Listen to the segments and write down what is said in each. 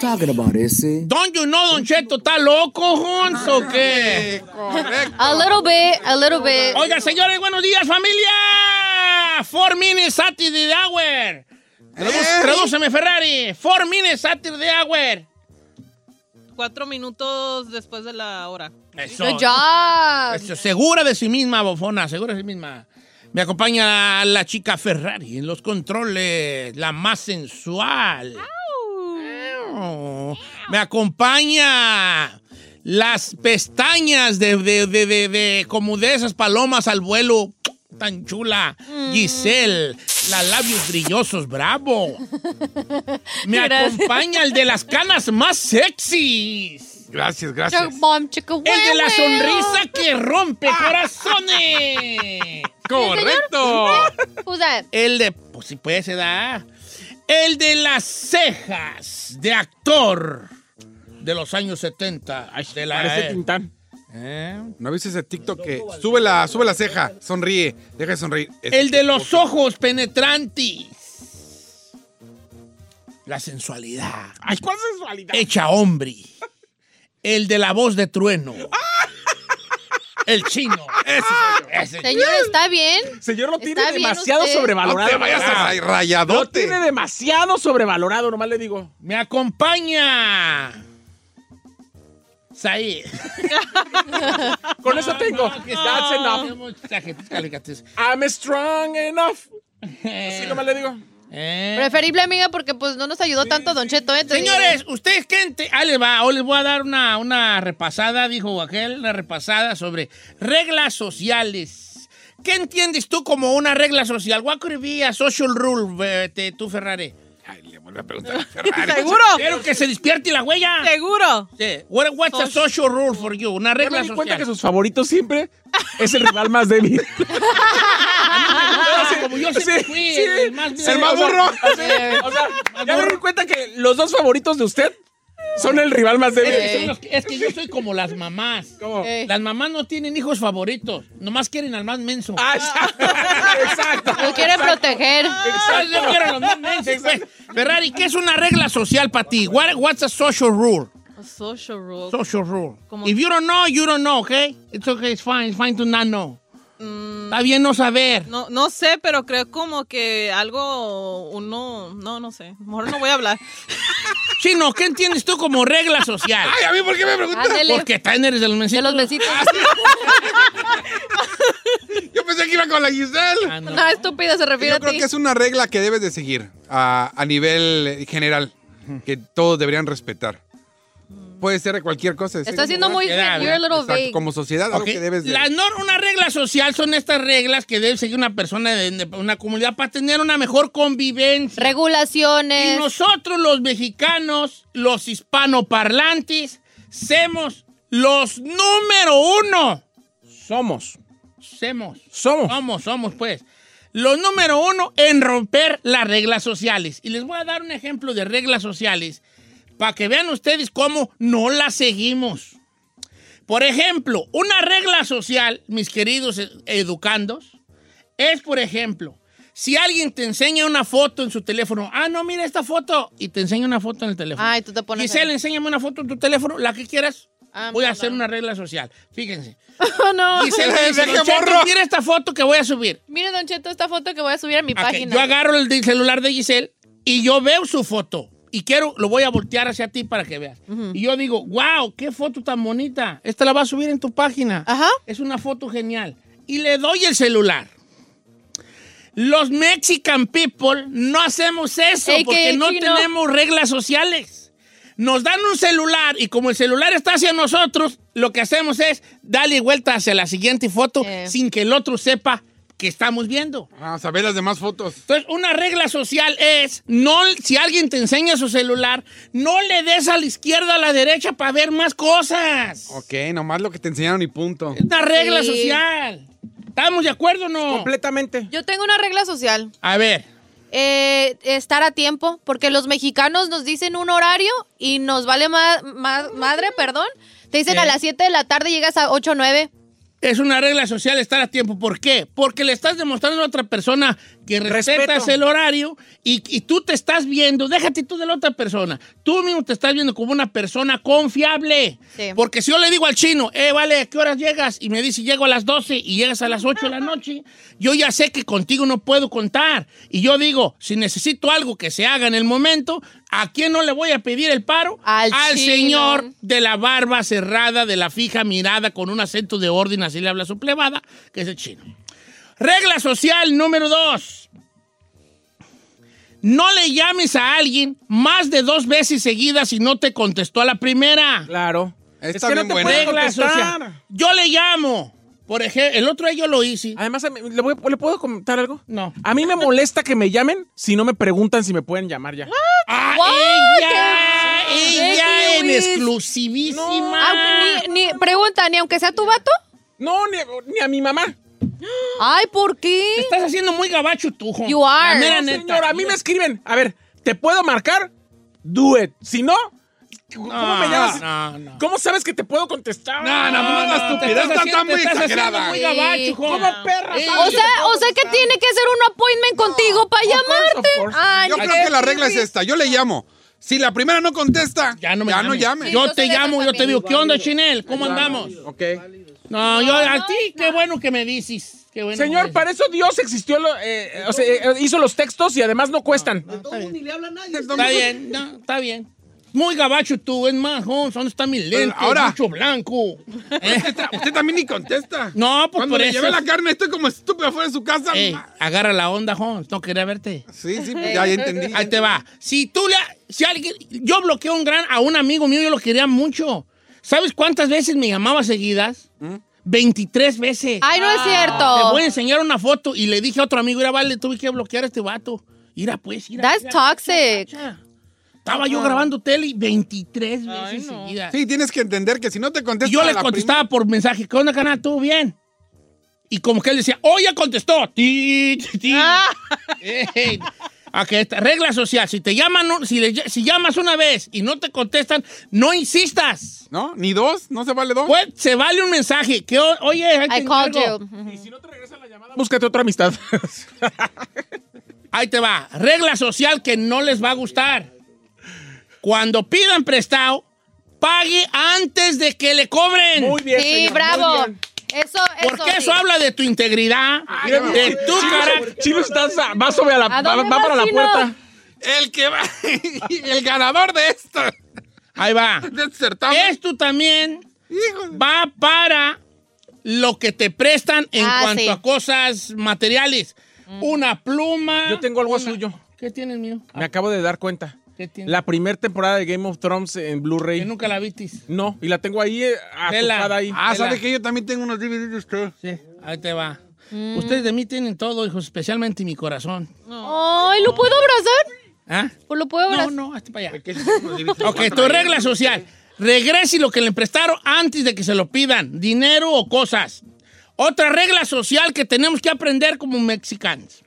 talking about, ese? Don't you know, Don Cheto, Ah, está loco, Jones, o qué? A little bit, a little bit. Oiga, señores, buenos días, familia. Four minutes Saturday hour. Tradu- Tradúceme, Ferrari. Four minutes Saturday hour. Cuatro minutos después de la hora. Eso. Good job. Eso, Segura de sí misma, bofona, segura de sí misma. Me acompaña la chica Ferrari en los controles, la más sensual. Au. Me acompaña las pestañas de, de- de- de- de- como de esas palomas al vuelo tan chula. Giselle, las labios brillosos, bravo. Me acompaña el de las canas más sexys. Gracias, Chuck gracias. bomb, chica, El de la huevo. sonrisa que rompe corazones. Correcto. Who's that? El de. Pues si puede se da. El de las cejas de actor de los años 70. De la- Parece Tintán. ¿Eh? ¿No viste ese TikTok que sube la, sube la ceja, sonríe, deja de sonreír? Este, El de los ojos penetrantes. La sensualidad. Ay, ¿cuál sensualidad? Hecha hombre. El de la voz de trueno. El chino. Ese soy yo. Ese. Señor, ¿está Eh. bien? Señor lo tiene Está bien demasiado usted. No sobrevalorado. te vayas a ra- Lo rayadote. tiene demasiado sobrevalorado, nomás le digo. Me acompaña. Saí. Con eso tengo. Ah, No, pues, que That's está- enough. Tarjetas calientes. I'm strong enough. Así nomás le digo. Eh. Preferible, amiga, porque pues no nos ayudó tanto Don Cheto, ¿eh? Te digo. Señores, ustedes qué ente- Ah, les va, hoy les voy a dar una, una repasada, dijo aquel, una repasada sobre reglas sociales. ¿Qué entiendes tú como una regla social? What could be a social rule, eh, te- tú, Ferrari? Ay, le vuelve a preguntar a Ferrari. ¿Seguro? Quiero que se despierte la huella. ¿Seguro? Sí. What- what's a social rule for you? Una Ya regla me di cuenta que social. sus favoritos siempre es el rival más débil. Ah, como yo siempre Sí, fui sí. el más El más o sea, burro. eh, O sea, ya me di cuenta que los dos favoritos de usted son el rival más Es que, débil. son los que- es que yo soy como las mamás. Eh, ¿Cómo? Eh, Las mamás no tienen hijos favoritos, nomás quieren al más menso. Ah, ya. Exacto. lo quiere proteger. ¿Sabes? Yo quiero a los más mensos, pues. Ferrari, ¿qué es una regla social para ti? What- what's a social rule? A Social rule. Social rule. Como- If you don't know, you don't know, okay? It's okay, it's fine, it's fine to not know. Está bien no saber. No, no sé, pero creo como que algo uno, no, no sé. Mejor no voy a hablar. Chino, ¿qué entiendes tú como regla social? Ay, a mí, ¿por qué me preguntas? Ándele, Porque también eres de los de mensitos. los besitos. Yo pensé que iba con la Giselle. Ah, no. No, estúpida, se refiere Yo a creo ti. que es una regla que debes de seguir a, a nivel eh, general, que todos deberían respetar. Puede ser de cualquier cosa. es Está decir, siendo muy Quedar, vague. You're a little exacto, vague. como sociedad, algo Ok, que debes de... Las nor- una regla social son estas reglas que debe seguir una persona de, de una comunidad para tener una mejor convivencia. Y Regulaciones. nosotros los mexicanos, los hispanoparlantes, somos los número uno. Somos. Semos. Somos. Somos, somos, pues. Los número uno en romper las reglas sociales. Y les voy a dar un ejemplo de reglas sociales para que vean ustedes cómo no las seguimos. Por ejemplo, una regla social, mis queridos e- educandos, es, por ejemplo, si alguien te enseña una foto en su teléfono, ah, no, mira esta foto, y te enseña una foto en el teléfono. Ay, tú te pones. Giselle, ahí. enséñame una foto en tu teléfono, la que quieras. Ah, Voy a no, hacer no. una regla social. Fíjense. Oh, no. Giselle me dice, Deje "Don Cheto, borro". mira esta foto que voy a subir. Mire, Don Cheto, esta foto que voy a subir a mi Ok, página. Yo agarro el de- celular de Giselle y yo veo su foto y quiero, lo voy a voltear hacia ti para que veas. Y yo digo, wow, qué foto tan bonita. Esta la vas a subir en tu página. Ajá. Es una foto genial. Y le doy el celular. Los Mexican people no hacemos eso Ey, porque que no chino. tenemos reglas sociales. Nos dan un celular y como el celular está hacia nosotros, lo que hacemos es darle vuelta hacia la siguiente foto Eh. sin que el otro sepa que estamos viendo. Ah, saber las demás fotos. Entonces, una regla social es, no, si alguien te enseña su celular, no le des a la izquierda, a la derecha para ver más cosas. Ok, nomás lo que te enseñaron y punto. Una regla Sí. social. ¿Estamos de acuerdo o no? Completamente. Yo tengo una regla social. A ver. Eh, estar a tiempo, porque los mexicanos nos dicen un horario y nos vale ma- ma- madre, perdón. Te dicen Sí. a las 7 de la tarde llegas a 8 o 9. Es una regla social estar a tiempo. ¿Por qué? Porque le estás demostrando a otra persona que respetas Respeto. el horario y, y tú te estás viendo, déjate tú de la otra persona, tú mismo te estás viendo como una persona confiable. Sí. Porque si yo le digo al chino, eh, vale, ¿a qué horas llegas? Y me dice, llego a las 12 y llegas a las 8 de la noche, yo ya sé que contigo no puedo contar. Y yo digo, si necesito algo que se haga en el momento, ¿a quién no le voy a pedir el paro? Al chino. señor de la barba cerrada, de la fija mirada con un acento de orden, así le habla su plebada, que es el chino. Regla social número dos. No le llames a alguien más de dos veces seguidas si no te contestó a la primera. Claro. Está es que bien no te buena. puede Regla contestar. social. Yo le llamo. Por ejemplo, el otro día yo lo hice. Ah, Además, a mí- ¿le, voy- ¿le puedo comentar algo? No. A mí me molesta que me llamen si no me preguntan si me pueden llamar ya. Ah, What? ella, Qué- ella qué en Luis. exclusivísima. Aunque ni- ni- pregunta, ni aunque sea tu vato. No, ni, ni a mi mamá. Ay, ¿por Te qué? Estás haciendo muy gabacho tú, jo. You are. La mera No, neta. Señor, a mí me escriben. A ver, ¿te puedo marcar? Do it. Si no, ¿cómo No, me llamas? no, no. ¿Cómo sabes que te puedo contestar? No, no, no, no, te estupidez está haciendo- muy te estás haciendo exagerada. muy gabacho, Sí. jo. ¿Cómo perra? Eh, O sea, o sea que tiene que hacer un appointment contigo para of llamarte. course, of course. Ay, Yo no creo que la regla es creepy. esta. Yo le llamo. Si la primera no contesta, Ya no me llames. llmes. Sí. Yo yo te soy de llamo, esas yo te también. digo, ¿qué onda, Chinel? ¿Cómo andamos? Ok. No, yo a ti, qué bueno que me dices. Qué bueno Señor, para para eso Dios existió, lo- eh, eh, o sea, eh, hizo los textos y además no cuestan. Está bien, no, está bien. Muy gabacho tú, es más, Jones, ¿dónde está mi lente? Ahora. Mucho blanco. Este Usted, ta- usted también ni contesta. No, pues Cuando por le eso. llevé la carne, estoy como estúpido afuera de su casa. Ey, ma- Eh, agarra la onda, Jones, no quería verte. Sí, sí, pues, ya, ya entendí. Ahí te va. Si tú le... Si alguien, yo bloqueé a un gran, a un amigo mío, yo lo quería mucho. ¿Sabes cuántas veces me llamaba seguidas? 23 veces. Ay, no es Ah, Te voy a cierto. enseñar una foto y le dije a otro amigo, mira, vale, tuve que bloquear a este vato. Mira, pues, mira. That's mira, toxic. mira. Estaba yo grabando tele y 23 veces seguidas. Sí, tienes que entender que si no te contesta. Y yo le la contestaba por mensaje, ¿qué onda, canal? ¿Todo bien? Y como que él decía, ¡oh, ya contestó! Ti, ti, ti. Ah. Ey. Ok, esta- regla social, si te llaman, no- si, le- si llamas una vez y no te contestan, no insistas. prim- ¿No? ¿Ni dos? ¿No se vale dos? Pues, se vale un mensaje, que o- oye, ahí te I called encargo. you. Búscate otra amistad. Ahí te va. Regla social que no les va a gustar. Cuando pidan prestado, pague antes de que le cobren. Muy bien. Sí, señor, muy bravo. bien. Eso, eso. Porque sí. eso habla de tu integridad, Mira, eh, de Chino, tu carácter. Chino estás a- va sobre a la ¿A va, dónde va vas, para la Chino? puerta. El que va. el ganador de esto. Ahí va. De este certamen. Esto también Hijo de- va para lo que te prestan en Ah, cuanto sí. Mm. a cosas materiales. Una pluma. Yo tengo algo suyo. ¿Qué tienes, mío? Me acabo de dar cuenta. ¿Qué tienes? La primera temporada de Game of Thrones en Que Blu-ray. nunca la vistis. No, y la tengo ahí eh, Vela. atascada ahí. Ah, Vela. ¿sabe que yo también tengo unos DVDs de usted? Sí, ahí te va. Mm. Ustedes de mí tienen todo, hijos, especialmente mi corazón. Ay, ¿lo puedo abrazar? ¿Ah? Pues lo puedo No, abrazar. no, hasta para allá. Ok, Ok, tu regla social. Regrese lo que le prestaron antes de que se lo pidan, dinero o cosas. Otra regla social que tenemos que aprender como mexicanos.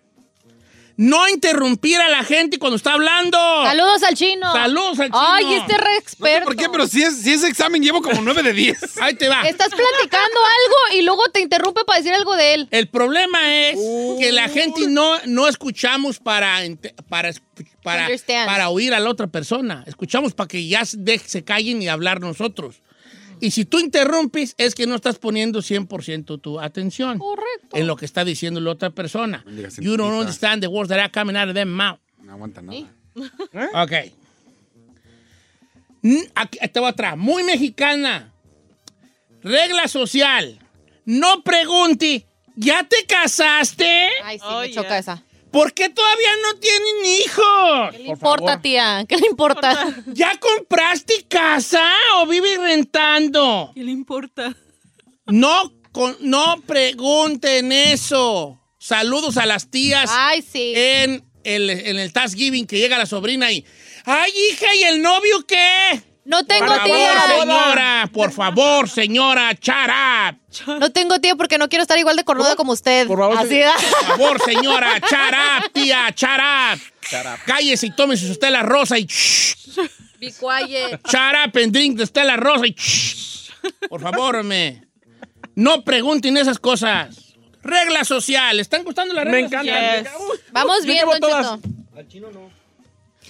No interrumpir a la gente cuando está hablando. Saludos al chino. Saludos al chino. Ay, este re experto. ¿Por qué? Pero si es, si es examen, llevo como 9 de 10. Ahí te va. Estás platicando algo y luego te interrumpe para decir algo de él. El problema es que la gente no, no escuchamos para, ent- para, es- para, Understand. para oír a la otra persona. Escuchamos para que ya se de- se callen y hablar nosotros. Y si tú interrumpes, es que no estás poniendo 100% tu atención Correcto. en lo que está diciendo la otra persona. digas You don't sentidita. understand the words that are coming out of their mouth. No aguanta nada. Ok. Mm, Aquí, te voy atrás. Muy mexicana. Regla social. No pregunte, ¿ya te casaste? Ay, sí, Oh, me yeah. choca esa. ¿Por qué todavía no tienen hijos? ¿Qué le importa, tía? ¿Qué le importa? ¿Ya compraste casa o vives rentando? ¿Qué le importa? No, con- no pregunten eso. Saludos a las tías Ay, sí. en el, en el Thanksgiving que llega la sobrina y. ¡Ay, hija! ¿Y el novio qué? no Por tengo favor, tía. señora, por favor, señora, charap. No tengo tía porque no quiero estar igual de cornuda como usted. Por favor, Así se- da. Por favor, señora, charap, tía, charap. Cállese y tómese usted la rosa y shh, Be quiet. charap and drink de usted la rosa y shh. Por favor, me. No pregunten esas cosas. Regla social. ¿Están gustando las Me reglas? encanta. Yes. Vamos bien, llevo Don Cheto. todas. Al chino no.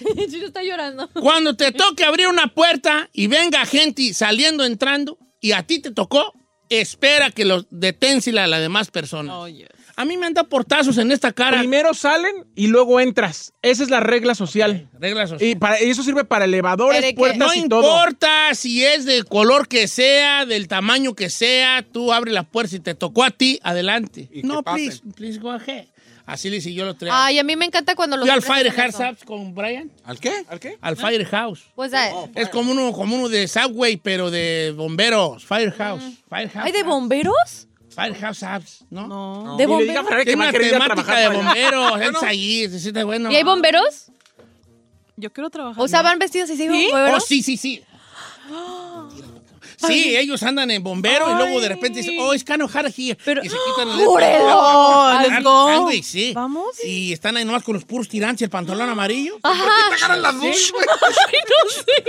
El chino está llorando. Cuando te toque abrir una puerta y venga gente saliendo, entrando, y a ti te tocó, espera que los deténsela a las demás personas. Oh, yes. A mí me han dado portazos en esta cara. Primero salen y luego entras. Esa es la regla social. Regla social. Y para, y eso sirve para elevadores, Pero que- puertas No y todo. importa si es del color que sea, del tamaño que sea, tú abres la puerta y te tocó a ti, adelante. Y que No, pasen. please, please go ahead. Así le hice yo los tres. Ay, a mí me encanta cuando los. Fui al hombres hacen Firehouse eso. Subs con Brian. ¿Al qué? ¿Al qué? Al Firehouse. Pues, ay, Es como uno, como uno de Subway, pero de bomberos. Firehouse. Firehouse. ¿Ay, de Subs. bomberos? Firehouse Apps, ¿no? No. Y le diga a Ferrari que Es va a una querer ir a temática trabajar de para allá. bomberos. Es ahí, se siente bueno. ¿Y hay bomberos? Yo quiero trabajar. O sea, van vestidos así, ¿Sí? Oh, bomberos. sí, sí, sí. Sí, ellos andan en bombero y luego de repente dicen, oh, es Cano Haragi. Pero- Y se quitan el. ¡Júrelo! Ah, Let's andan, go. güey, sí. Vamos. Y están ahí nomás con los puros tirantes y el pantalón amarillo. ¿Por qué te agarran las dos, güey?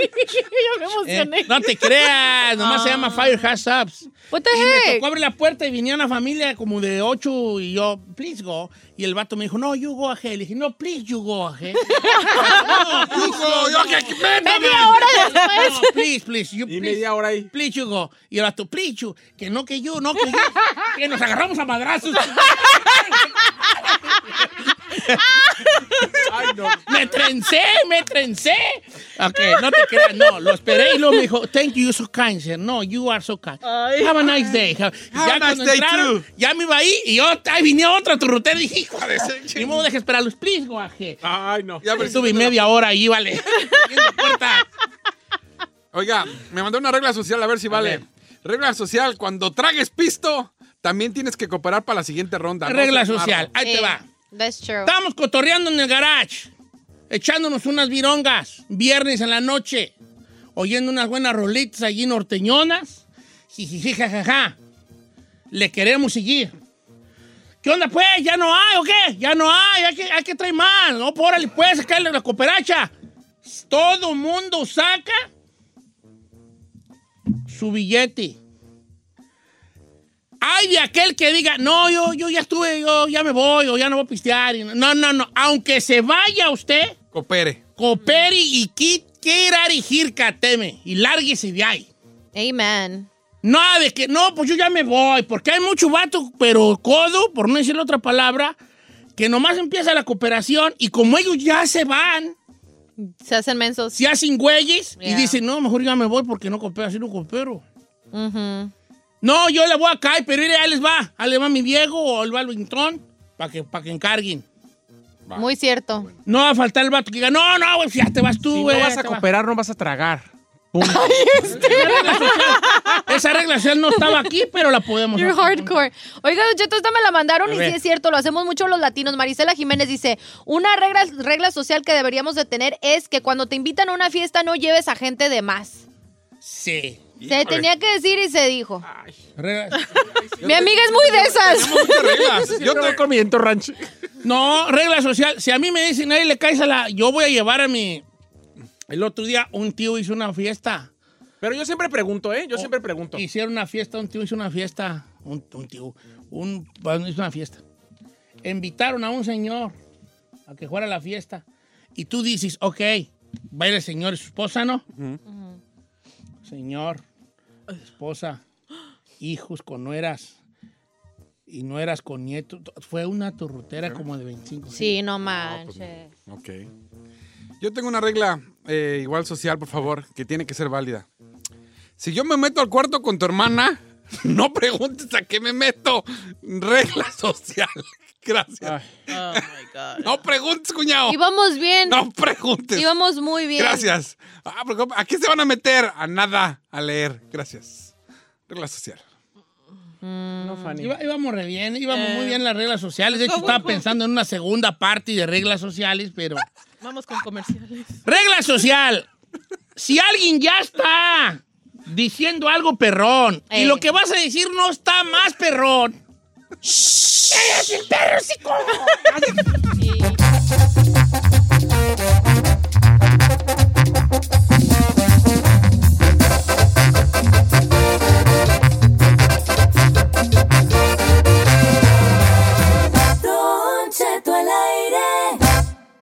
Yo me Eh, emocioné. Ah. no te creas, nomás se llama Firehouse Apps. What the Y me heck? tocó abrir la puerta y venía una familia como de ocho y yo, please go. Y el vato me dijo, no, you go ahead. Le dije, no, please, you go ahead. no, please, No, yo aquí, aquí, ven, ven. Media hora después. No, please, please, you, Y please. media hora ahí. Please, you go. Y el vato, please, you, que no, que yo, no, que yo. que nos agarramos a madrazos. Ay, no. me trencé, me trencé. Ok, no te creas, no. Lo esperé y luego me dijo, thank you, you're so kind, sir. No, you are so kind. Have a nice day. Have, Have a cuando nice day, too. ya me iba ahí y yo, ahí venía otra turrutera y dije, hijo de ese. Ni modo, deje esperarlos. Please, guaje. Ay, no. Ya, pero- Estuve media hora ahí, vale. Abriendo puertas. Oiga, me mandó una regla social, a ver si vale. ver. Regla social, cuando tragues pisto, también tienes que cooperar para la siguiente ronda. ¿no? Regla Claro. social. Ahí te Sí, va. That's true. Estábamos cotorreando en el garage, echándonos unas virongas, viernes en la noche, oyendo unas buenas rolitas allí norteñonas. Jijiji, jajaja. Le queremos seguir. ¿Qué onda, pues? ¿Ya no hay o qué? Ya no hay, hay que, hay que traer más. No, pues, órale, pues, sacarle la cooperacha. Todo mundo saca su billete. Hay de aquel que diga, no, yo, yo ya estuve, yo ya me voy, o ya no voy a pistear. y no- No, no, no. Aunque se vaya usted, Coopere. coopere y qui- quiera erigir cateme y lárguese de ahí. Amen. No, de que no, pues yo ya me voy, porque hay mucho vato, pero codo, por no decir otra palabra, que nomás empieza la cooperación y como ellos ya se van, Se hacen mensos. se hacen güeyes y Yeah. dicen, no, mejor ya me voy porque no coopero, así no coopero. Ujú. No, yo le voy a caer, pero mire, ahí les va. Ahí les va mi Diego o el Valvington para que, para que encarguen. Muy cierto. No va a faltar el vato que diga, no, no, güey, ya te vas tú, Si no güey. vas a te vas". cooperar, no vas a tragar. Esa regla social- Esa regla social no estaba aquí, pero la podemos You're hacer. hardcore. Oiga, Don Cheto, esta me la mandaron A y ver. sí es cierto, lo hacemos mucho los latinos. Marisela Jiménez dice, una regla, regla social que deberíamos de tener es que cuando te invitan a una fiesta no lleves a gente de más. Sí. Ah, Se tenía que decir y se dijo. Regla- Mi amiga es muy de esas. Muchas reglas. Yo Yo te... te con mi viento ranch. No, regla social. Si a mí me dicen, ahí le caes a la... Yo voy a llevar a mi... El otro día un tío hizo una fiesta. Pero yo siempre pregunto, ¿eh? Yo siempre pregunto. Hicieron una fiesta, un tío hizo una fiesta, un, un tío, un, bueno, hizo una fiesta. Invitaron a un señor a que fuera a la fiesta. Y tú dices, ok, va a ir el señor y su esposa, ¿no? Señor, esposa, hijos con nueras y nueras con nietos. Fue una turrutera como de 25. Sí, no manches. Ok. Yo tengo una regla eh, igual social, por favor, que tiene que ser válida. Si yo me meto al cuarto con tu hermana, no preguntes a qué me meto. Regla social. Gracias. Oh my God. No preguntes, cuñado. Íbamos bien. No preguntes. pues. Íbamos muy bien. Gracias. Ah, pero ¿cómo- ¿A qué se van a meter? A nada, a leer. Gracias. Regla social. No, Fanny. Iba- íbamos re bien, íbamos muy bien las reglas sociales. De hecho, Eh. ¿cómo, estaba cómo? pensando en una segunda parte de reglas sociales, pero. Vamos con comerciales. Regla social. Si alguien ya está diciendo algo perrón y Eh. lo que vas a decir no está más perrón. ¡Cállate, perro, hocico!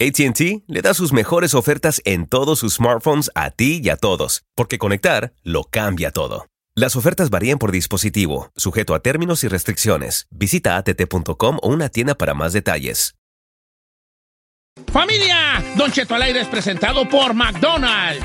ATT le da sus mejores ofertas en todos sus smartphones a ti y a todos, porque conectar lo cambia todo. Las ofertas varían por dispositivo, sujeto a términos y restricciones. Visita att.com o una tienda para más detalles. ¡Familia! Don Cheto al aire es presentado por McDonald's.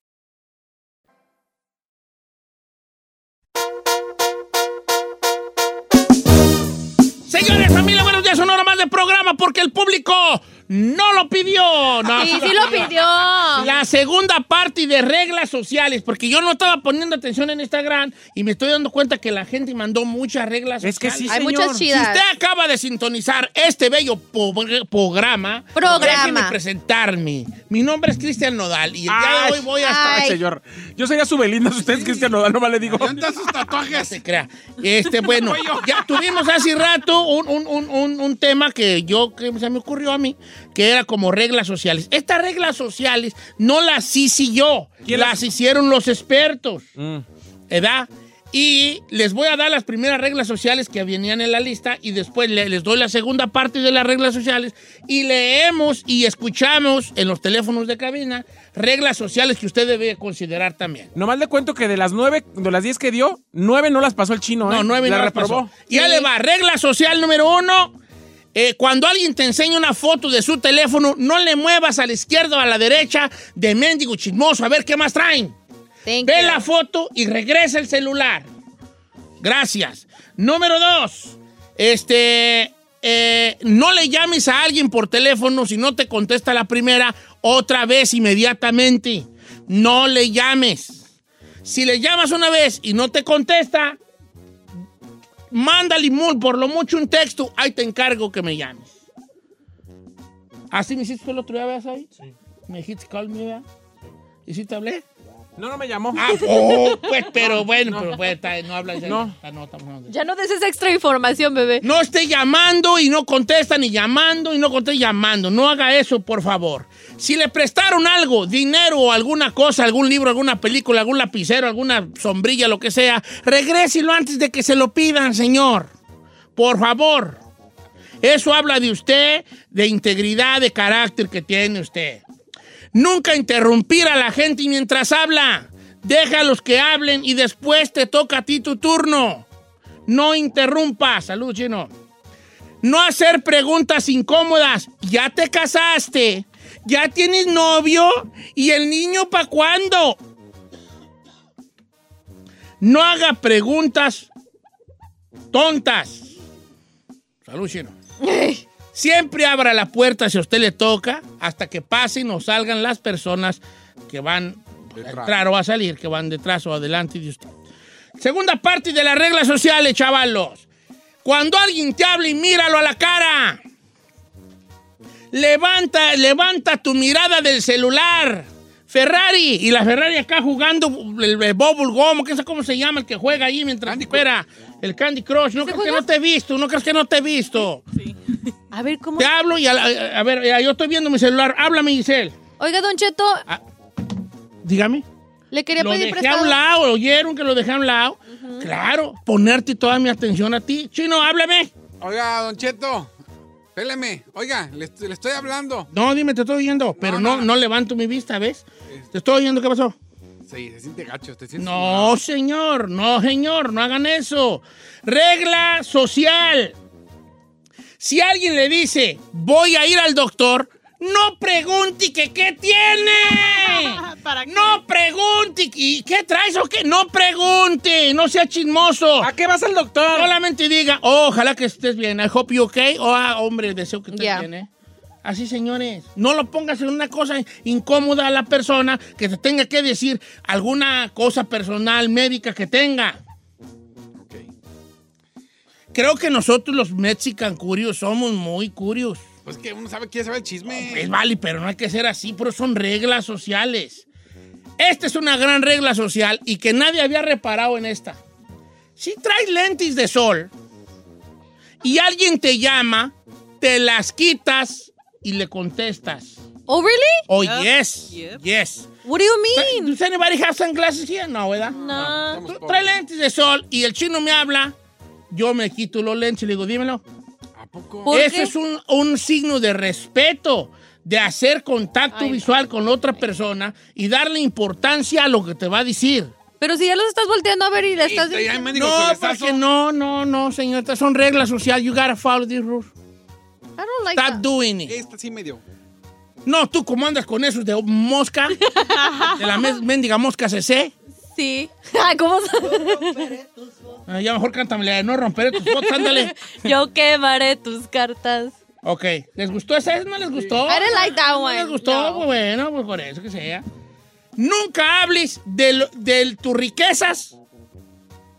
Señores, familia, buenos días. Una hora más de programa porque el público no lo pidió. No. Sí, sí lo pidió. La segunda parte de reglas sociales, porque yo no estaba poniendo atención en Instagram y me estoy dando cuenta que la gente mandó muchas reglas Es que sociales. sí, Hay señor. muchas Si chidas. usted acaba de sintonizar este bello po- programa, Programa. déjeme presentarme. Mi nombre es Cristian Nodal y el día Ay. de hoy voy a estar... Ay, Ay. señor. Yo sería su Belinda si usted es Cristian Nodal, nomás le digo. ¿Dónde sus Ya tatuajes? se crea. Este, bueno, ya tuvimos hace rato un, un- un- un- un tema que yo que se me ocurrió a mí, que era como reglas sociales. Estas reglas sociales no las hice yo, ¿Quién las las- hicieron los expertos. ¿Edad? Y les voy a dar las primeras reglas sociales que venían en la lista y después le- les doy la segunda parte de las reglas sociales y leemos y escuchamos en los teléfonos de cabina reglas sociales que usted debe considerar también. Nomás le cuento que de las nueve, de las diez que dio, nueve no las pasó el chino, ¿eh? No, nueve La no las reprobó. pasó. Ya le va, regla social número uno. Eh, cuando alguien te enseña una foto de su teléfono, no le muevas a la izquierda o a la derecha de mendigo chismoso. A ver qué más traen. Thank Ve you. la foto y regresa el celular. Gracias. Número dos. Este. eh, no le llames a alguien por teléfono si no te contesta la primera otra vez inmediatamente. No le llames. Si le llamas una vez y no te contesta, manda limón por lo mucho un texto. Ahí te encargo que me llames. ¿Así me hiciste tú el otro día, veas ahí? Sí. Me dijiste, call me, ¿verdad? ¿Y si te hablé? No, no me llamó. Ah, oh, pues, pero bueno, pero pues, está- no habla. No. Ah, no, estamos hablando. Ya no des esa extra información, bebé. No esté llamando y no contesta, ni llamando y no contesta llamando. No haga eso, por favor. Si le prestaron algo, dinero o alguna cosa, algún libro, alguna película, algún lapicero, alguna sombrilla, lo que sea, regréselo antes de que se lo pidan, señor. Por favor. Eso habla de usted, de integridad, de carácter que tiene usted. Nunca interrumpir a la gente mientras habla. Deja a los que hablen y después te toca a ti tu turno. No interrumpa. Salud, chino. No hacer preguntas incómodas. Ya te casaste. Ya tienes novio. ¿Y el niño para cuándo? No haga preguntas tontas. Salud, chino. Siempre abra la puerta si a usted le toca hasta que pasen o salgan las personas que van a entrar o a salir, que van detrás o adelante de usted. Segunda parte de las reglas sociales, chavalos. Cuando alguien te hable, míralo a la cara. Levanta, levanta tu mirada del celular. Ferrari, y la Ferrari acá jugando el, el Bubble Gum, ¿qué sé cómo se llama el que juega ahí mientras espera el Candy Crush? No crees que no te he visto, no crees que no te he visto. A ver, ¿cómo? Te hablo y a, la- a ver, ya, yo estoy viendo mi celular. Háblame, Giselle. Oiga, Don Cheto, Dígame. le quería Lo pedir dejé a prestado. un lado, oyeron que lo dejé a un lado. Claro, ponerte toda mi atención a ti. Chino, háblame. Oiga, Don Cheto, péleme. Oiga, le, est- le estoy hablando. No, dime, te estoy oyendo, pero no, no, levanto mi vista, ¿ves? Te estoy oyendo, ¿qué pasó? Sí, se siente gacho, te sientes. No, señor, no, señor, no hagan eso. Regla social. Si alguien le dice, voy a ir al doctor, no pregunte que qué tiene. No pregunte, ¿y qué traes o qué? No pregunte, no sea chismoso. ¿A qué vas al doctor? Solamente diga, "Oh, ojalá que estés bien, I hope you okay, o "Ah, hombre, deseo que estés Ya. bien, ¿eh?". Así, señores, no lo pongas en una cosa incómoda a la persona que te tenga que decir alguna cosa personal, médica que tenga. Creo que nosotros los Mexican Curios somos muy curios. Pues que uno sabe quién sabe el chisme. Es Pues vale, pero no hay que ser así, pero son reglas sociales. Esta es una gran regla social y que nadie había reparado en esta. Si traes lentes de sol y alguien te llama, te las quitas y le contestas. Oh, really? Oh, Yep, yes, yep. yes. What do you mean? Ah, Tra- ¿Does anybody have sunglasses here? No, ¿verdad? No. Tú traes lentes de sol y el chino me habla, yo me quito los lentes y le digo, dímelo. ¿A poco? ¿Por Eso qué? es un, un signo de respeto, de hacer contacto Ay, no. visual con otra persona y darle importancia a lo que te va a decir. Pero si ya los estás volteando a ver y le estás Sí, ya hay diciendo... mendigo No, solezazo. porque no, no, no, señorita, son reglas sociales. You gotta follow these rules. I don't like Stop that. doing it. Esta sí me dio. No, tú cómo andas con esos de mosca, de la mes- mendiga mosca CC. Sí. Ay, ¿cómo? Ah, ya mejor cántame la de no romperé tus botas, ándale. Yo quemaré tus cartas. Ok, ¿les gustó esa? ¿No les gustó? I didn't like that ¿No one. les gustó? No. Pues bueno, pues por eso que sea. Nunca hables de, lo- de tus riquezas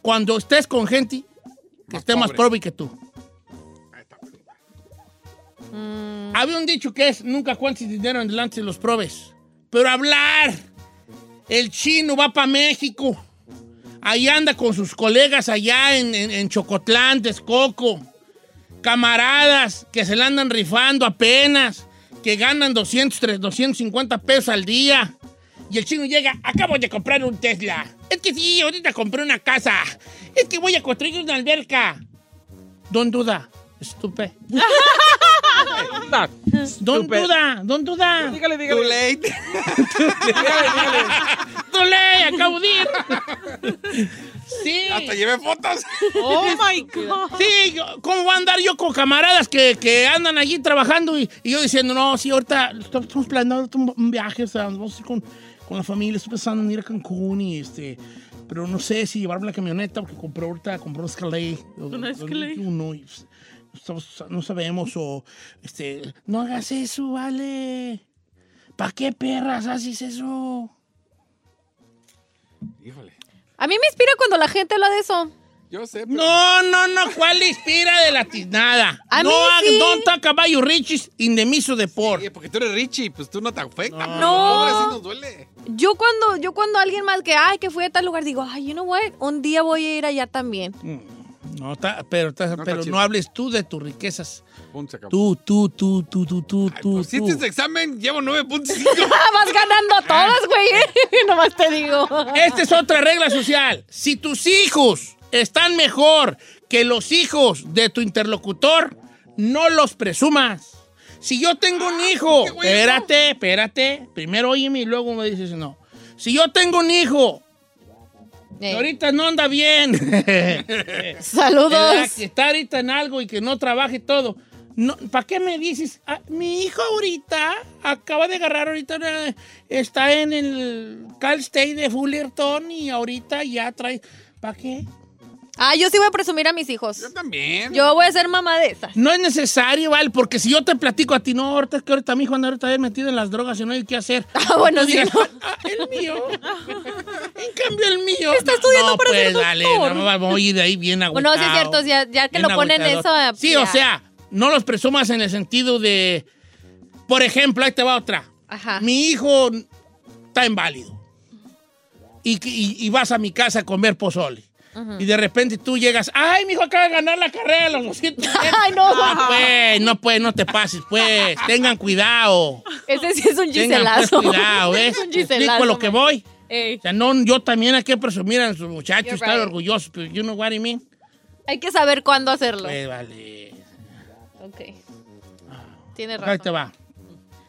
cuando estés con gente que esté más pobre que tú. Mm. Había un dicho que es, nunca cuentes dinero en delante de los probes. Pero hablar, el chino va para México. Ahí anda con sus colegas allá en, en, en Chocotlán, Texcoco camaradas que se la andan rifando apenas, que ganan 200, 300, 250 pesos al día. Y el chino llega, acabo de comprar un Tesla. Es que sí, ahorita compré una casa. Es que voy a construir una alberca. Don duda, estupe. No, Don Estúpido. duda, don duda. Dígale, Too dígale. late. dígale, dígale. Dole, acabo de ir. Sí. Hasta llevé fotos. Oh my God. Sí, yo- ¿cómo voy a andar yo con camaradas que, que andan allí trabajando y, y yo diciendo, no, sí, ahorita estamos estamos planeando un, un viaje, o sea, nos vamos a ir con, con la familia, estoy pensando en ir a Cancún y este, pero no sé si llevarme la camioneta porque compré ahorita, compré un Escalade. Una Escalade. Uno, y, pues, no estamos- no sabemos o, este, no hagas eso, vale. ¿Para qué perras haces eso? Híjole. A mí me inspira cuando la gente habla de eso. Yo sé. No, no, no. ¿Cuál inspira de la tiznada? A no, mí ha- sí. don't talk about you Richie's in the miso de por. Porque tú eres Richie, pues tú no te afectas. No. Pobre, así nos duele. Yo cuando, yo cuando alguien más que, ay, que fui a tal lugar, digo, ay, you know what, un día voy a ir allá también. No, está- pero, está- pero chido. no hables tú de tus riquezas. Punto, se acabó. Tú, tú, tú, tú, tú, tú, tú. Si tú. este examen llevo 9.5. Ah, Vas ganando todas, güey. Nomás te digo. Esta es otra regla social. Si tus hijos están mejor que los hijos de tu interlocutor, no los presumas. Si yo tengo un hijo, espérate, espérate, primero óyeme y luego me dices no. Si yo tengo un hijo, que Eh. ahorita no anda bien. Saludos. Eh, Que está ahorita en algo y que no trabaje todo. No, ¿Para qué me dices? Ah, mi hijo ahorita acaba de agarrar ahorita una- está en el Cal State de Fullerton y ahorita ya trae. ¿Para qué? Ah, yo sí voy a presumir a mis hijos. Yo también. Yo voy a ser mamá de esa. Pues No es necesario, Val, porque si yo te platico a ti, no, ahorita es que ahorita mi hijo anda ahorita bien metido en las drogas y no hay qué hacer. Ah, bueno, Tú sí, digas, no. "Ah, el mío. en cambio, el mío. Está estudiando no, para pues, ser dale, doctor. no, voy de ahí bien agotado. Bueno, sí es cierto, ya, ya que Bien lo ponen eso. agotador. eh, Sí, ya. o sea, no los presumas en el sentido de. Por ejemplo, ahí te va otra. Ajá. Mi hijo está inválido. Y, que- y- y vas a mi casa a comer pozole. Ujú. Y de repente tú llegas, ¡ay, mi hijo acaba de ganar la carrera de los 200! Ay, no. Ah, pues, no, pues, no te pases, pues. Tengan cuidado. Ese sí es un Tengan pues, giselazo. cuidado, ¿ves? Es un Te explico giselazo, a lo que man. voy. Ey, O sea, no, yo también hay que presumir a sus muchachos, You're estar right. orgullosos, pero you know what I mean. hay que saber cuándo hacerlo. Pues, vale. Ok. Tienes Ahí razón. te va.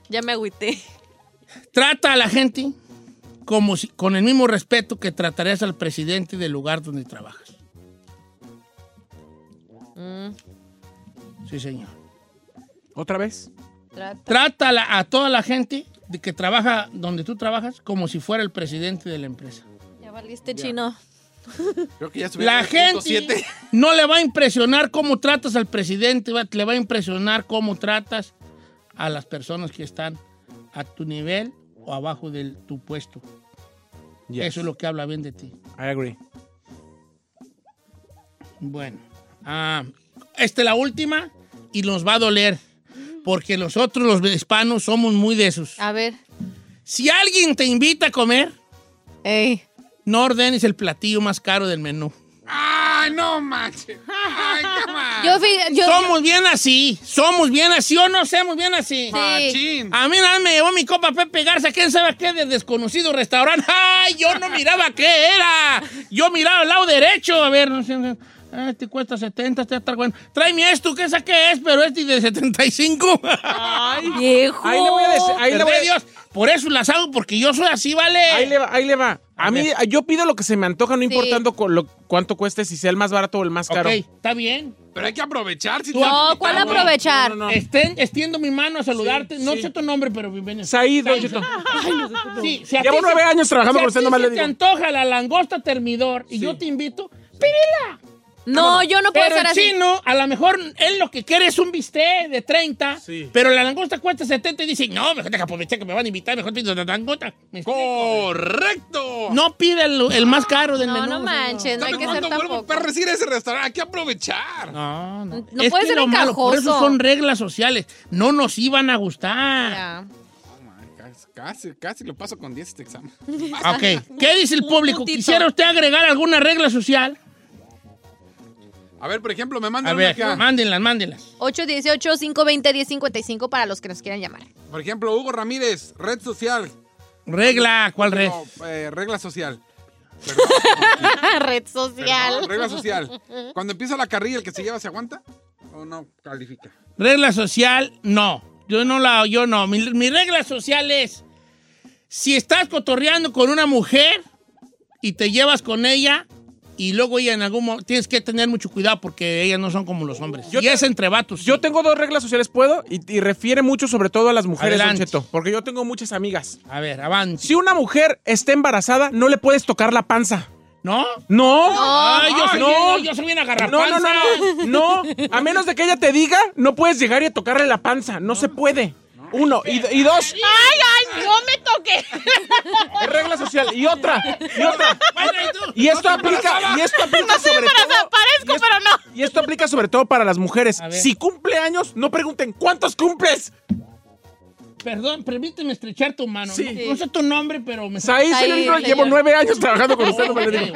Ya me agüité. Trata a la gente como si- con el mismo respeto que tratarías al presidente del lugar donde trabajas. Sí, señor. ¿Otra vez? Trata a, la- a toda la gente de que trabaja donde tú trabajas como si fuera el presidente de la empresa. Ya valiste, chino. Creo que ya subieron La al gente punto siete. no le va a impresionar cómo tratas al presidente, va- le va a impresionar cómo tratas a las personas que están a tu nivel o abajo de tu puesto. Yes. Eso es lo que habla bien de ti. I agree. Bueno, ah, esta es la última y nos va a doler. Porque nosotros los hispanos somos muy de esos. A ver. Si alguien te invita a comer, no ordenes el platillo más caro del menú. ¡Ay, no manches! ¡Ay, cama! Yo, fui- yo- somos bien así, somos bien así o no somos bien así. Machín. A mí nada más me llevó mi copa Pepe Garza, quién sabe qué, de desconocido restaurante. ¡Ay! Yo no miraba qué era. Yo miraba el lado derecho. A ver, no sé. no sé. Ah, Este cuesta 70, este está bueno. Tráeme esto, ¿qué sé qué es? Pero este de 75. Ay, viejo. Ahí le voy a decir- ahí le voy a- Dios. Por eso las hago, porque yo soy así, ¿vale? Ahí le va, ahí le va. A mí, yo pido lo que se me antoja, no importando cu- lo- cuánto cueste, si sea el más barato o el más caro. Ok, está bien. Pero hay que aprovechar. Si Tú- te- No, ¿cuál aprovechar? No, no, no. Estén- extiendo mi mano a saludarte. Sí, no sí. sé tu nombre, pero bienvenido. Said, Don Said. Cheto. Sí, si a Llevo ti se- nueve años trabajando si con a usted, ti nomás se le te digo. antoja la langosta termidor y yo te invito, pídela. No, yo no puedo Pero ser el así. chino, a lo mejor él lo que quiere es un bistec de 30, Sí. pero la langosta cuesta 70 y dice, no, mejor deja aprovechar que me van a invitar, mejor pido la langosta. ¿Me explico? ¡Correcto! No pide el, el más caro del No, menú. no manches, no hay ¿Sabes que ser cuándo vuelvo tampoco. para decir ese restaurante? Hay que aprovechar. No, no. No Es puede que ser lo malo, Por eso encajoso. son reglas sociales. No nos iban a gustar. Ya. Casi- Casi, casi lo paso con 10 este examen. Ok. ¿Qué dice el público? puntito. ¿Quisiera usted agregar alguna regla social? A ver, por ejemplo, me A mandan una ver, acá. mándenlas, mándenlas. 818-520-1055 para los que nos quieran llamar. Por ejemplo, Hugo Ramírez, red social. Regla, ¿cuál red? No, eh, regla social. Red Perdón, social. regla social. Cuando empieza la carrilla, el que se lleva se aguanta o no califica. Regla social, no. Yo no la, yo no. Mi, mi regla social es, si estás cotorreando con una mujer y te llevas con ella y luego ella en algún momento, tienes que tener mucho cuidado porque ellas no son como los hombres. Yo y te- es entre vatos. Yo tengo dos reglas sociales, puedo, y, y refiere mucho sobre todo a las mujeres, Don Adelante. Cheto, porque yo tengo muchas amigas. A ver, avance. Si una mujer está embarazada, no le puedes tocar la panza. ¿No? No. Ay, yo, soy no. bien, yo soy bien No, no, agarrapanza. no, no. No, a menos de que ella te diga, no puedes llegar y tocarle la panza. No se puede. Uno. Y, y dos, ¡Ay, ay! ¡No me toqué! es regla social. Y otra. Y otra. Bueno, ¿y tú? Y esto aplica, y esto aplica sobre todo Y esto aplica sobre todo para las mujeres. Si cumple años, no pregunten cuántos cumples. Perdón, permíteme estrechar tu mano. No, no sé tu nombre, pero me Saí, señorita, Saí, llevo señor. nueve años trabajando con usted, no me le digo.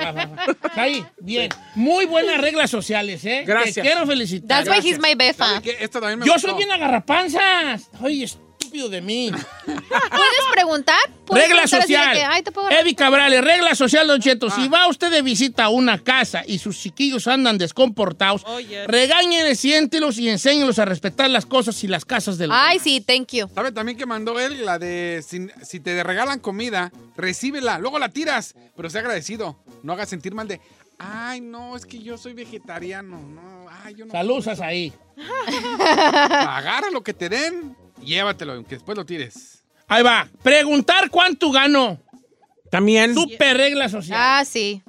Saí, bien. Muy buenas reglas sociales, ¿eh? Gracias. Te quiero felicitar. That's why he's my befa. Esta también me Yo gustó. soy bien agarrapanzas. Ay, estúpido de mí. ¿Puedes preguntar? ¿Puedes regla preguntar así de social. que, Ay, te puedo Evi Cabrales, regla social, Don Ah. Cheto. Si va usted de visita a una casa y sus chiquillos andan descomportados, Oh, Oye. regáñenle, siéntelos y enséñenlos a respetar las cosas y las casas de los Ay, sí, thank you. ¿Sabe también que mandó él? La de si, si te regalan comida, recíbela, luego la tiras, pero sea agradecido. No hagas sentir mal de, ay, no, es que yo soy vegetariano. No, ay, yo no. Saludos ahí. Agarra lo que te den, llévatelo, aunque después lo tires. Ahí va. Preguntar cuánto gano. También. Super regla social. Ah, sí.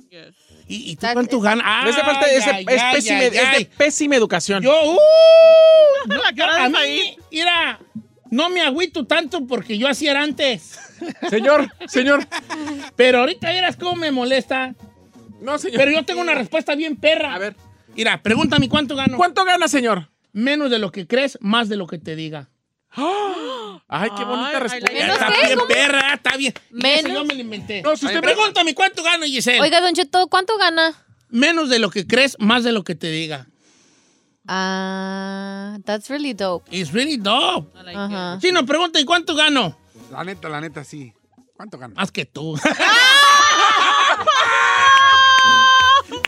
¿Y, y tú cuánto ganas? No es de falta- es de- Ay, es ay, pésima- ay, es de ay. pésima educación. Yo, uh, no, yo- cara de a mí, Said. mira, no me agüito tanto porque yo así era antes. Señor, señor. Pero ahorita verás cómo me molesta. No, señor. Pero yo tengo una respuesta bien perra. A ver. Mira, pregúntame cuánto gano. ¿Cuánto gana, señor? Menos de lo que crees, más de lo que te diga. Ay, qué bonita Ay, respuesta. ay, ay, Menos está qué, bien ¿cómo? perra, está bien. Y eso Menos. yo me lo inventé. No, si usted Ay, pregúntame cuánto gano, Giselle. Oiga, Don Cheto, ¿cuánto gana? Menos de lo que crees, más de lo que te diga. Ah, that's really dope. It's really dope. Ajá. Si nos preguntan cuánto gano, La neta, la neta, sí. ¿Cuánto ganas? más que tú.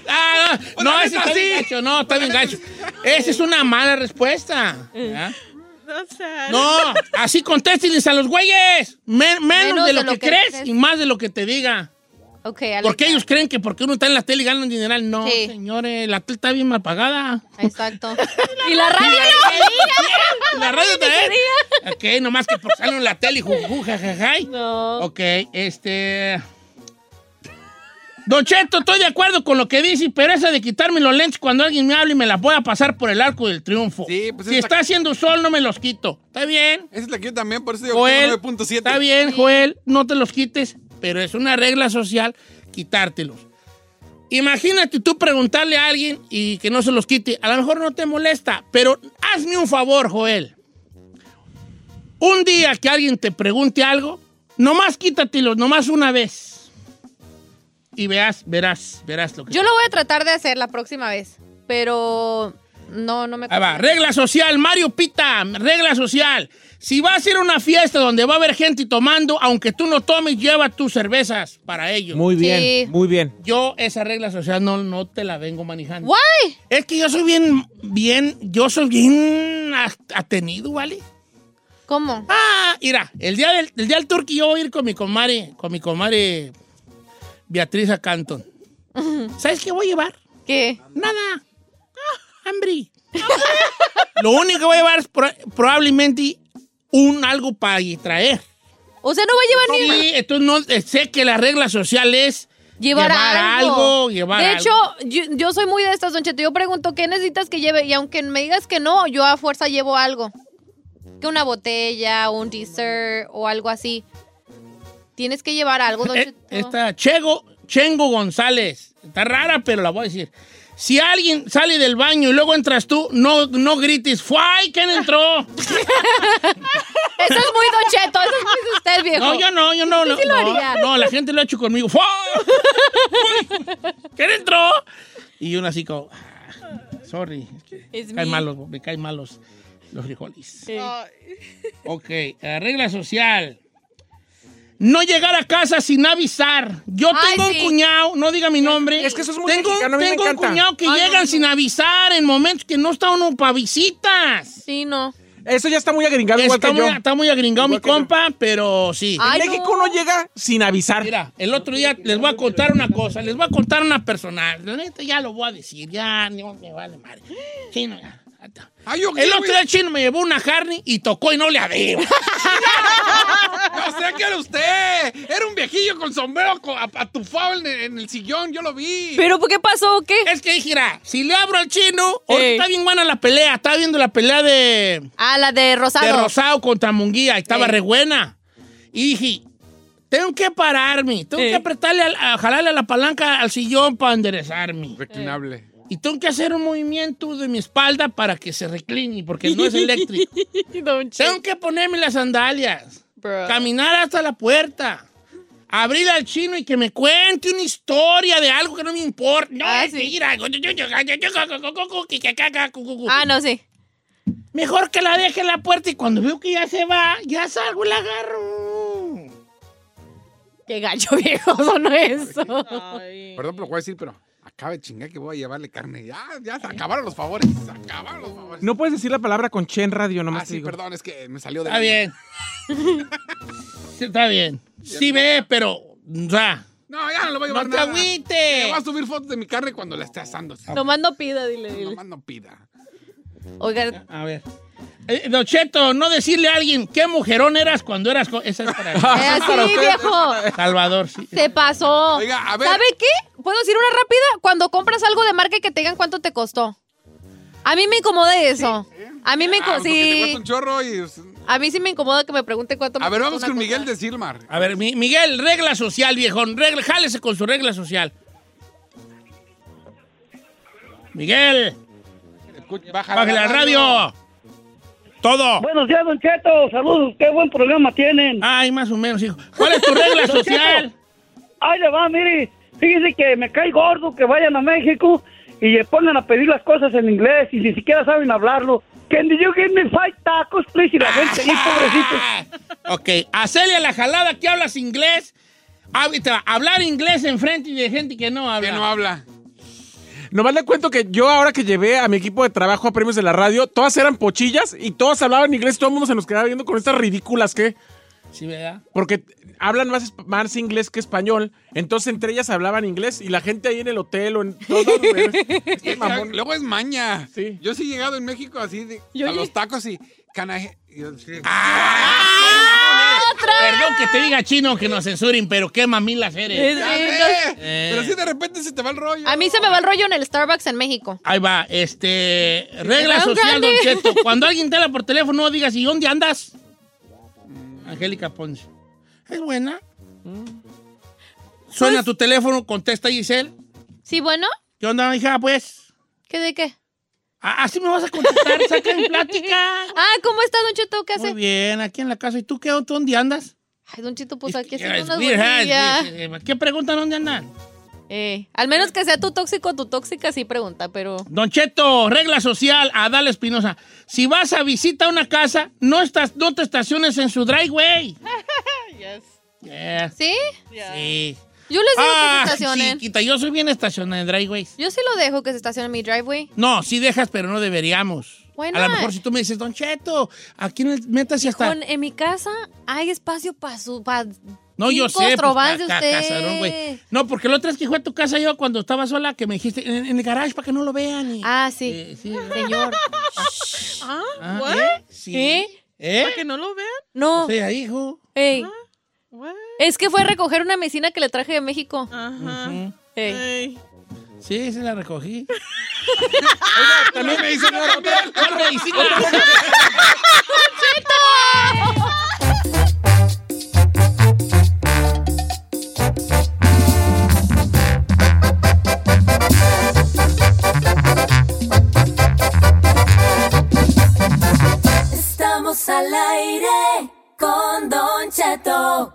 Ah, no, no, ese está bien gacho, no, está bien gacho. Esa es una mala respuesta. ¿verdad? No sé. No, así contéstenles a los güeyes. Men- menos, de lo, que, crees, crees. y más de lo que te diga. Ok, I like Porque that. ellos creen que porque uno está en la tele y gana un dineral. No, Sí. señores, la tele está bien mal pagada. Exacto. y la radio La radio también. Ok, nomás que por salen en la tele y juju, jajajay. No. Ok, este. Don Cheto, estoy de acuerdo con lo que dice, pero esa de quitarme los lentes cuando alguien me hable y me las voy a pasar por el arco del triunfo. Sí, pues si es la- está haciendo sol, no me los quito. ¿Está bien? Esa es la que yo también, por eso digo que Joel, tengo 9.7. está bien, Joel, no te los quites, pero es una regla social quitártelos. Imagínate tú preguntarle a alguien y que no se los quite. A lo mejor no te molesta, pero hazme un favor, Joel. Un día que alguien te pregunte algo, nomás quítatelos, nomás una vez. Y verás, verás, verás lo que... Yo lo voy a tratar de hacer la próxima vez, pero no, no me... Ahí va, regla social, Mario Pita, regla social. Si vas a ir a una fiesta donde va a haber gente tomando, aunque tú no tomes, lleva tus cervezas para ellos. Muy bien, Sí. muy bien. Yo esa regla social no, no te la vengo manejando. Why? Es que yo soy bien, bien, yo soy bien a- atenido, ¿vale? ¿Cómo? Ah, mira, el día del, el día del turqui yo voy a ir con mi comadre, con mi comadre Beatriz Acanton. ¿Sabes qué voy a llevar? ¿Qué? Nada. Ah, hambre. Lo único que voy a llevar es pro- probablemente un algo para ahí traer. O sea, no voy a llevar ni... Sí, entonces no, eh, sé que la regla social es Llevar, algo. llevar de algo. hecho, yo, yo soy muy de estas, Don Cheto. Yo pregunto, ¿qué necesitas que lleve? Y aunque me digas que no, yo a fuerza llevo algo. Que una botella, un dessert o algo así. Tienes que llevar algo, Don Eh, Cheto. Esta Chego, Chengo González. Está rara, pero la voy a decir. Si alguien sale del baño y luego entras tú, no, no grites, ¡Fuay! ¿Quién entró? Eso es muy Don Cheto. Eso es muy de usted, viejo. No, yo no, yo "Pues no. Usted No, sí lo no, haría. no, la gente lo ha hecho conmigo. ¡Fuay! ¡Fuay! ¿Quién entró? Y uno así como, ah, sorry, es que It's me caen me. malos, me caen malos los frijoles. Ay, Ok, eh, regla social. No llegar a casa sin avisar. Yo Ay, tengo sí. un cuñado, no diga mi nombre. Es que eso es muy Tengo, un- mexicano, a mí me tengo un encanta. cuñado que Ay, no, llegan no, no. sin avisar en momentos que no está uno para visitas. Sí, no. Eso ya está muy agringado, igual está, que yo. muy, está muy agringado Igual mi que yo. compa, pero sí. Ay, En México uno llega sin avisar. Mira, el otro día les voy a contar una cosa, les voy a contar una personal. La neta ya lo voy a decir, ya no me vale madre. Chino, ya. Ay, yo El qué, otro güey. día el chino me llevó una carne y tocó y no le abrí. No sé qué era usted. Era un viejillo con sombrero co- a- atufado en, en el sillón, yo lo vi. ¿Pero por qué pasó o qué? Es que dije, mira, si le abro al chino, ahorita está bien buena la pelea. Estaba viendo la pelea de, Ah, la de Rosado. de Rosado contra Munguía. y Estaba Ey. re buena. Y dije, tengo que pararme. Tengo que apretarle, al- a, jalarle a la palanca al sillón para enderezarme. Reclinable. Y tengo que hacer un movimiento de mi espalda para que se recline, porque no es eléctrico. tengo que ponerme las sandalias, caminar hasta la puerta, abrir al chino y que me cuente una historia de algo que no me importa. No, es mentira. Ah, no, sí. Mejor que la deje en la puerta y cuando veo que ya se va, ya salgo y la agarro. Qué gacho viejo, no eso. Perdón por lo que voy a decir, pero acabe chingar que voy a llevarle carne. Ya, ya se acabaron los favores. Se acabaron los favores. No puedes decir la palabra con Che en radio, nomás Ah, te sí, digo. perdón, es que me salió de. Está bien. Sí, Está bien. Sí ve, pero... O sea, No, ya no lo voy a llevar. no te nada. Le agüites. voy a subir fotos de mi carne cuando la esté asando. Nomás no pida, dile, dile. Nomás no pida. Oiga, A ver. Eh, Don Cheto, no decirle a alguien qué mujerón eras cuando eras... co- Esa es para mí. eh, así, viejo. Salvador, sí. Se pasó. Oiga, a ver. ¿Sabe qué? ¿Puedo decir una rápida? Cuando compras algo de marca y que te digan cuánto te costó. A mí me incomoda eso. A mí me Ah, incomoda. porque te cuesta Sí. un chorro y. A mí sí me incomoda que me pregunten cuánto me A ver, costó vamos una con cosa. Miguel de Silmar. A ver, Mi- Miguel, regla social, viejón. Regla, jálese con su regla social. Miguel, Escucha, Baja baje la radio. Todo. Buenos días, Don Cheto. Saludos. Qué buen programa tienen. Ay, más o menos, hijo. ¿Cuál es tu regla Don Cheto. social? Ahí le va, Ah, mire. Fíjese que me cae gordo que vayan a México y le pongan a pedir las cosas en inglés y ni siquiera saben hablarlo. Can you give me five tacos, please? Y Ah, la gente ahí, pobrecito. Ah, Ok, hacele a la jalada que hablas inglés. Hab- te va- Hablar inglés enfrente de gente que no habla. Que no habla. Nomás le cuento que yo ahora que llevé a mi equipo de trabajo a premios de la radio, todas eran pochillas y todas hablaban inglés, todo el mundo se nos quedaba viendo con estas ridículas que... Sí, ¿verdad? Porque hablan más, esp- más inglés que español, entonces entre ellas hablaban inglés y la gente ahí en el hotel o en todo... Y es que Luego es maña. Sí. Yo sí he llegado en México así de, Yo a lle- los tacos y canaje. y yo, sí. ¡Ah, ¡Ah, ¿eh? Perdón que te diga chino que nos censuren, pero qué mamilas eres. Ya sé, Pero sí de repente se te va el rollo. A mí se me va el rollo en el Starbucks en México. Ahí va, este. Regla Gran social, don grande. Cheto. Cuando alguien te habla por teléfono, no digas, ¿y dónde andas? Angélica Ponce. Es buena. Pues Suena tu teléfono, contesta Giselle. ¿Sí, bueno? ¿Qué onda, hija? Pues. ¿Qué de qué? a- Así me vas a contestar, saca en plática. Ah, ¿cómo está, Don Cheto? ¿Qué Muy hace? bien, aquí en la casa. ¿Y tú qué? ¿Tú dónde andas? Ay, Don Cheto, pues aquí Es- haciendo es unas weird, ¿eh? Es buenillas. weird, eh, ¿Qué preguntan dónde andan? Eh, al menos que sea tu tóxico o tu tóxica, sí pregunta, pero... Don Cheto, regla social, Adal Espinosa. Si vas a visita una casa, no, estás, no te estaciones en su driveway. Yes. ¿Sí? Eh, Sí. Yo les digo Ah, que se Pues estacionen. chiquita, yo soy bien estacionada en driveways. Yo sí lo dejo que se estacione en mi driveway. No, sí dejas, pero no deberíamos. Why A lo not? mejor si tú me dices, Don Cheto, aquí en el métase hasta... Con, en mi casa hay espacio para su... pa' No, yo cinco sé. pues, trobas de ca- ca- usted. casarón, güey. No, porque la otra vez que fue a tu casa yo cuando estaba sola, que me dijiste, en, en el garage para que no lo vean. y- Ah, sí. Eh, sí. Señor. Ah, ¿What? ¿eh? Sí. ¿Eh? ¿Eh? ¿Para que no lo vean? No, Sí, ahí, hijo. ey, What? es que fue a recoger una mesina que le traje de México. Ajá. Ujú. Ey. Ey. Sí, se la recogí. También me dicen no, también. Otra visita. Estamos al aire con Don Cheto.